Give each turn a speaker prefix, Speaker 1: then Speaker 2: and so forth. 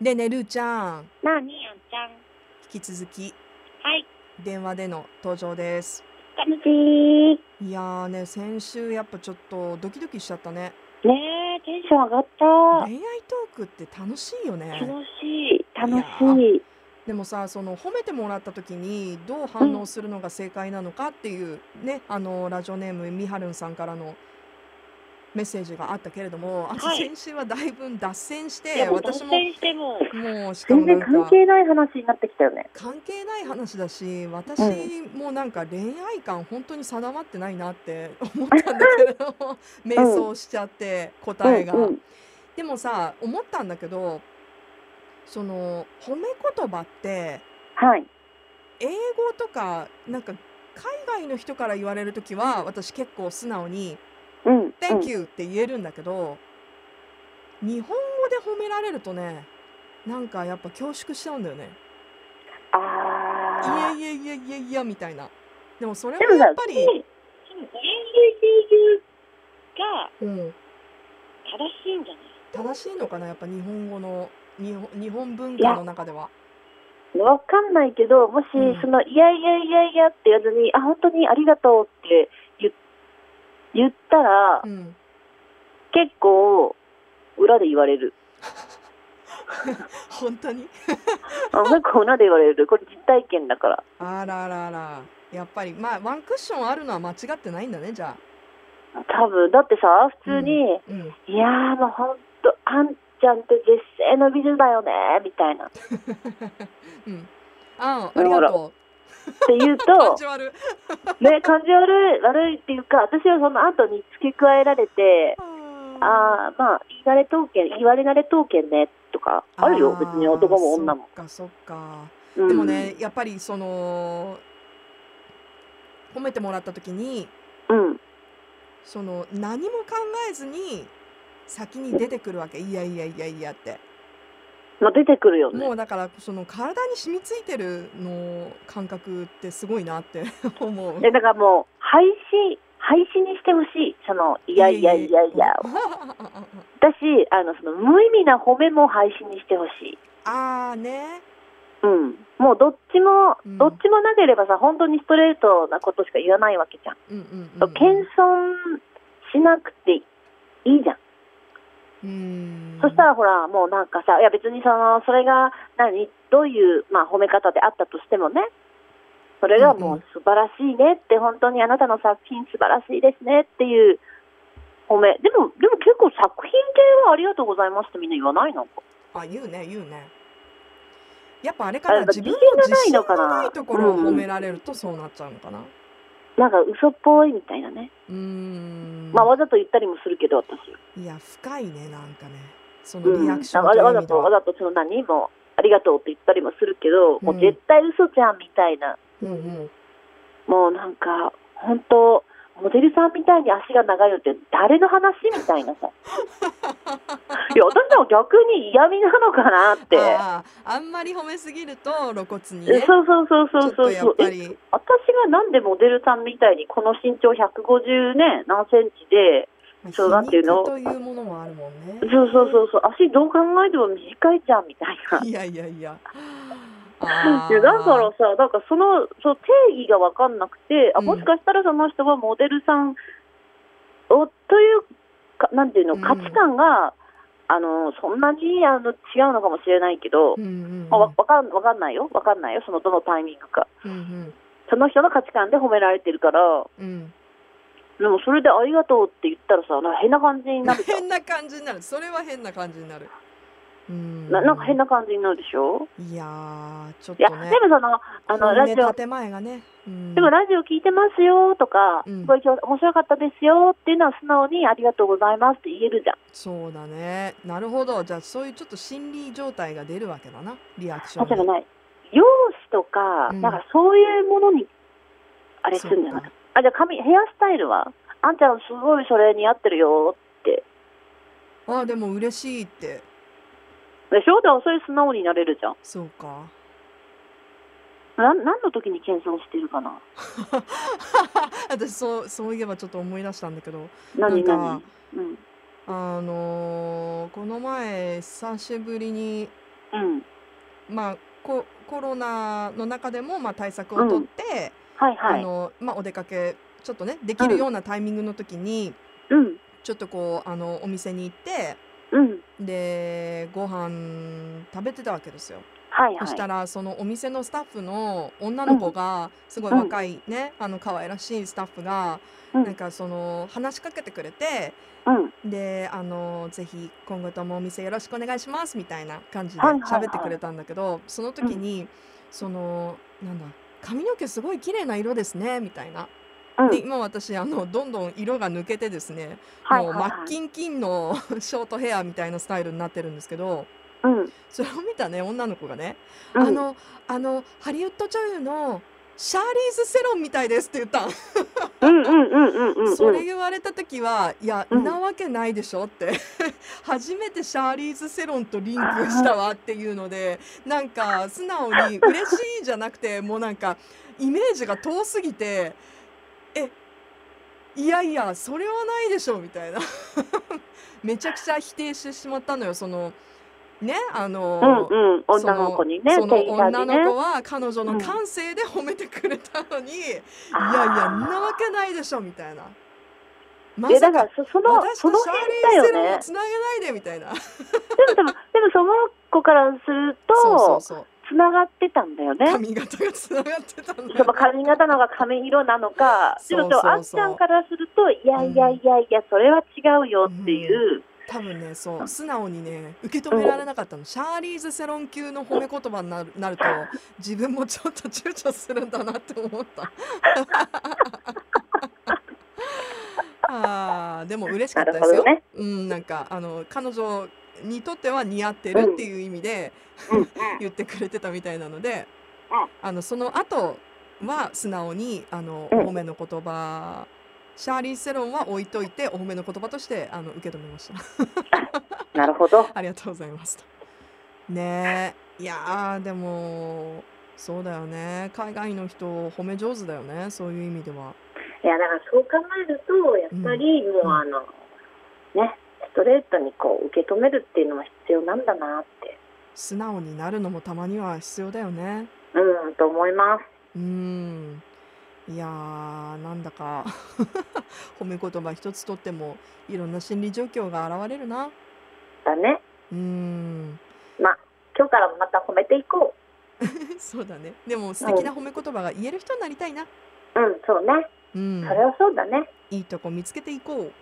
Speaker 1: でねるーちゃん
Speaker 2: なあ、にやんちゃん。
Speaker 1: 引き続き
Speaker 2: はい。
Speaker 1: 電話での登場です
Speaker 2: かみちー。
Speaker 1: いやーね先週やっぱちょっとドキドキしちゃったね
Speaker 2: ねえ、テンション上がった。
Speaker 1: 恋愛トークって楽しいよね
Speaker 2: 楽しい。楽しい。
Speaker 1: でもさその褒めてもらった時にどう反応するのが正解なのかっていうねあのラジオネームみはるんさんからのメッセージがあったけれども、あ
Speaker 2: はい
Speaker 1: 先週はだいぶ脱線し
Speaker 2: い
Speaker 1: て
Speaker 2: や、もう
Speaker 1: 私
Speaker 2: 脱
Speaker 1: も
Speaker 2: 線しても、
Speaker 1: もうしかも
Speaker 2: 全
Speaker 1: なん
Speaker 2: 然
Speaker 1: か
Speaker 2: 関係ない話になってきたよね。
Speaker 1: 関係ない話だし私もなんか恋愛観本当に定まってないな って思ったんだけれども迷走しちゃって答えが。
Speaker 2: うんうん。
Speaker 1: でもさ思ったんだけどその褒め言葉って
Speaker 2: はい。
Speaker 1: 英語とかなんか海外の人から言われる時は私結構素直に
Speaker 2: うん。
Speaker 1: 「Thank you」って言えるんだけど、日本語で褒められるとねなんかやっぱ恐縮しちゃうんだよね。
Speaker 2: うん。ああ。
Speaker 1: いやいやいやいやいやみたいなでもそれは
Speaker 2: でも
Speaker 1: や
Speaker 2: さ
Speaker 1: っ、ぱ
Speaker 2: その
Speaker 1: り、
Speaker 2: 言語が
Speaker 1: うん、
Speaker 2: 正しいんじゃない
Speaker 1: 正しいのかなやっぱ日本語の日本日本文化の中では
Speaker 2: わかんないけど、もし、
Speaker 1: うん
Speaker 2: その、いやいやいやいやって言わずに、あ、本当にありがとうって言言ったら、
Speaker 1: うん
Speaker 2: 結構、裏で言われる。
Speaker 1: 本当に
Speaker 2: あ、なんか裏で言われる。これ実体験だから。
Speaker 1: あらららやっぱりまあワンクッションあるのは間違ってないんだねじゃあ
Speaker 2: 多分、だってさ、普通に、
Speaker 1: うん
Speaker 2: いやーもう本当、あんちゃんって絶世の美女だよね、みたいな。っ
Speaker 1: うんああありがと
Speaker 2: て言う
Speaker 1: う 感
Speaker 2: と
Speaker 1: じ、悪い
Speaker 2: ね、感じ悪い、悪いっていうか、私はその後に付け加えられて、
Speaker 1: あ
Speaker 2: あー、まあ、言い慣れ統計、言われ慣れ統計ね、とか、
Speaker 1: ー
Speaker 2: あるよ、別に男も女も。
Speaker 1: そっかそっか
Speaker 2: うん
Speaker 1: でもね、やっぱりその褒めてもらった時に
Speaker 2: うん、
Speaker 1: その何も考えずに先に出てくるわけいやいやいやいやって
Speaker 2: まあ、出てくるよね
Speaker 1: も。うだからその体に染みついてるの感覚ってすごいなって思う
Speaker 2: でだからもう廃止廃止にしてほしいそのいやいやいやいやをだしあのその無意味な褒めも廃止にしてほしい
Speaker 1: ああね
Speaker 2: うんもうどっちも、
Speaker 1: うん
Speaker 2: どっちもなければさ本当にストレートなことしか言わないわけじゃん、
Speaker 1: うんうんうん
Speaker 2: 謙遜しなくていいじゃん、
Speaker 1: うん
Speaker 2: そしたらほらもうなんかさいや別にそのそれが何どういう、まあ、褒め方であったとしてもねそれがも
Speaker 1: うんうん
Speaker 2: う素晴らしいねって、本当にあなたの作品素晴らしいですねっていう褒めでもでも結構作品系はありがとうございますってみんな言わないのか
Speaker 1: あ言うね言うねやっぱあれかな
Speaker 2: あやっぱ
Speaker 1: 自分の
Speaker 2: 自
Speaker 1: 自信
Speaker 2: 信がないの
Speaker 1: の
Speaker 2: かな
Speaker 1: ないところを褒められるとそうなっちゃうのかな
Speaker 2: なんか嘘っぽいみたいなね、
Speaker 1: うーん
Speaker 2: まあ、わざと言ったりもするけど私、
Speaker 1: いや深いねなんかねその
Speaker 2: うん、
Speaker 1: リア
Speaker 2: なん
Speaker 1: クシ
Speaker 2: か
Speaker 1: ョン
Speaker 2: わ
Speaker 1: という
Speaker 2: ざわ
Speaker 1: 意
Speaker 2: ざ
Speaker 1: 味で
Speaker 2: とわ
Speaker 1: は
Speaker 2: ざとその何もありがとうって言ったりもするけど、もう絶対嘘じゃんみたいな
Speaker 1: うんうん
Speaker 2: もうなんか本当モデルさんみたいに足が長いのって誰の話みたいな さいや私でも逆に嫌味なのかなって
Speaker 1: あああんまり褒めすぎると露骨に
Speaker 2: え
Speaker 1: ね
Speaker 2: そうそうそう
Speaker 1: ちょ
Speaker 2: そ
Speaker 1: っ
Speaker 2: うそ
Speaker 1: と
Speaker 2: う
Speaker 1: や
Speaker 2: そ
Speaker 1: っ
Speaker 2: う
Speaker 1: ぱ
Speaker 2: え
Speaker 1: り
Speaker 2: 私がなんでモデルさんみたいにこの身長150ね何センチでそうなんていうの
Speaker 1: 皮肉というものもあるもんね
Speaker 2: そうそうそうそう足どう考えても短いじゃんみたいな。
Speaker 1: いやいやいや
Speaker 2: いやだからさ、なんかそのそう定義が分かんなくて、あ
Speaker 1: うん
Speaker 2: もしかしたらその人はモデルさんをというか、なんていうの、
Speaker 1: うん
Speaker 2: 価値観が、あのそんなにあの違うのかもしれないけど
Speaker 1: う、んうん
Speaker 2: まあわ分かんわかんないよ、分かんないよ、そのどのタイミングか、
Speaker 1: うん
Speaker 2: その人の価値観で褒められてるから、
Speaker 1: うんうん
Speaker 2: でもそれでありがとうって言ったらさ、なんか変な感じにな るじゃ
Speaker 1: 変な感じになるそれは変な感じになるうん
Speaker 2: んな、なんか変な感じになるでしょ。
Speaker 1: いやーちょっ
Speaker 2: いや、
Speaker 1: とね
Speaker 2: でもその、あの、
Speaker 1: 本
Speaker 2: ラ
Speaker 1: 音
Speaker 2: ジオ
Speaker 1: 建前がねうん
Speaker 2: でもラジオ聞いてますよとか、
Speaker 1: うん
Speaker 2: すごい今日面白かったですよっていうのは素直にありがとうございますって言えるじゃん。
Speaker 1: そうだねなるほどじゃあそういうちょっと心理状態が出るわけだなリアクション
Speaker 2: あ、じゃ
Speaker 1: に
Speaker 2: ない。容姿とか、
Speaker 1: うん
Speaker 2: なんかそういうものに、あれするんじゃ
Speaker 1: そ
Speaker 2: な
Speaker 1: う
Speaker 2: い
Speaker 1: か
Speaker 2: あ、じゃあ髪、ヘアスタイルはあんちゃんすごいそれ似合ってるよ。
Speaker 1: あでも嬉しいって
Speaker 2: でしょでもそういう素直になれるじゃん。
Speaker 1: そうか
Speaker 2: な何の時に謙遜してるかな
Speaker 1: 私そうそういえばちょっと思い出したんだけど
Speaker 2: 何
Speaker 1: なん
Speaker 2: 何
Speaker 1: か
Speaker 2: うん。
Speaker 1: あのーこの前久しぶりに
Speaker 2: うん。
Speaker 1: まあ、ココロナの中でもまあ対策をとって、
Speaker 2: はい
Speaker 1: あ
Speaker 2: はい。
Speaker 1: のまあ、お出かけちょっとねできるようなタイミングの時に、
Speaker 2: うん。
Speaker 1: ちょっとこうあのお店に行って
Speaker 2: うん。
Speaker 1: でご飯食べてたわけですよ、
Speaker 2: はい
Speaker 1: そした
Speaker 2: は
Speaker 1: らそのお店のスタッフの女の子が、すごい若いね、あの可愛らしいスタッフが、
Speaker 2: うん
Speaker 1: なんかその話しかけてくれて
Speaker 2: い。うん。
Speaker 1: であのぜひ今後ともお店よろしくお願いしますみたいな感じで
Speaker 2: はいはいはい
Speaker 1: 喋ってくれたんだけど、その時に、そのなんだ髪の毛すごい綺麗な色ですねみたいな。
Speaker 2: うん。
Speaker 1: で今私あのどんどん色が抜けてですね、
Speaker 2: はい
Speaker 1: もう
Speaker 2: はい
Speaker 1: マッ
Speaker 2: はい。
Speaker 1: キンキンの ショートヘアみたいなスタイルになってるんですけど
Speaker 2: うん。
Speaker 1: それを見たね女の子がね、あ
Speaker 2: うん。
Speaker 1: のあのハリウッド女優のシャーリーズ・セロンみたいですって言った、
Speaker 2: うんうんうんうんうんうん。
Speaker 1: それ言われた時はいや、
Speaker 2: うん
Speaker 1: なわけないでしょって 初めてシャーリーズ・セロンとリンクしたわっていうのでなんか素直に嬉しいじゃなくてもうなんかイメージが遠すぎてえいやいやそれはないでしょみたいな めちゃくちゃ否定してしまったのよそのねあの、
Speaker 2: うんうん。女の子にね、
Speaker 1: その
Speaker 2: 店員さん
Speaker 1: 女の
Speaker 2: にね。
Speaker 1: 子は彼女の感性で褒めてくれたのに、いやいやんなわけないでしょみたいな。ま
Speaker 2: え、
Speaker 1: さ
Speaker 2: だ
Speaker 1: か
Speaker 2: からそ、その、
Speaker 1: 私
Speaker 2: そ
Speaker 1: と
Speaker 2: の
Speaker 1: シャ
Speaker 2: 辺
Speaker 1: ー
Speaker 2: だ
Speaker 1: リー・セ
Speaker 2: よ
Speaker 1: ロンを
Speaker 2: ね。
Speaker 1: つなげないでみたいな。
Speaker 2: でもでも、でもその子からする
Speaker 1: そうそう
Speaker 2: と、
Speaker 1: そう。
Speaker 2: つながってたんだよね。
Speaker 1: 髪型がつながってたんだ
Speaker 2: その
Speaker 1: よ。
Speaker 2: 髪型のが髪色なのか、
Speaker 1: そ
Speaker 2: で
Speaker 1: うそうそう
Speaker 2: もあんちゃんからすると、いやいやいやいや、それは違うよっていう、
Speaker 1: 多分ね、そう、素直にね、受け止められなかったの。シャーリーズ・セロン級の褒め言葉になるなると、自分もちょっと躊躇するんだなって思った。あーでも嬉しか
Speaker 2: な
Speaker 1: ったで
Speaker 2: るほ
Speaker 1: すよ
Speaker 2: ど。ね。
Speaker 1: うん、なんかあの彼女にとっては似合ってるっていう意味で、
Speaker 2: うんうん
Speaker 1: 言ってくれてたみたいなので、
Speaker 2: うん
Speaker 1: あのその後は素直にあの、
Speaker 2: うん
Speaker 1: お褒めの言葉シャーリー・セロンは置いといてお褒めの言葉としてあの受け止めました
Speaker 2: なるほど。
Speaker 1: ありがとうございますねえいやーでもそうだよね海外の人褒め上手だよねそういう意味では。
Speaker 2: いや、だからそう考えると、やっぱりも
Speaker 1: う
Speaker 2: うんあの、ね、ストレートにこう受け止めるっていうのは必要なんだなって、
Speaker 1: 素直になるのもたまには必要だよね。
Speaker 2: うん、と思います。
Speaker 1: うーんいやーなんだか 褒め言葉一つとってもいろんな心理状況が現れるな
Speaker 2: だね。
Speaker 1: うーん
Speaker 2: 今日からもまた褒めていこ
Speaker 1: そうだねでも素敵な褒め言葉が言える人になりたいな
Speaker 2: う。うん、そうね。
Speaker 1: うん
Speaker 2: それはそうだね。
Speaker 1: いいとこ見つけていこう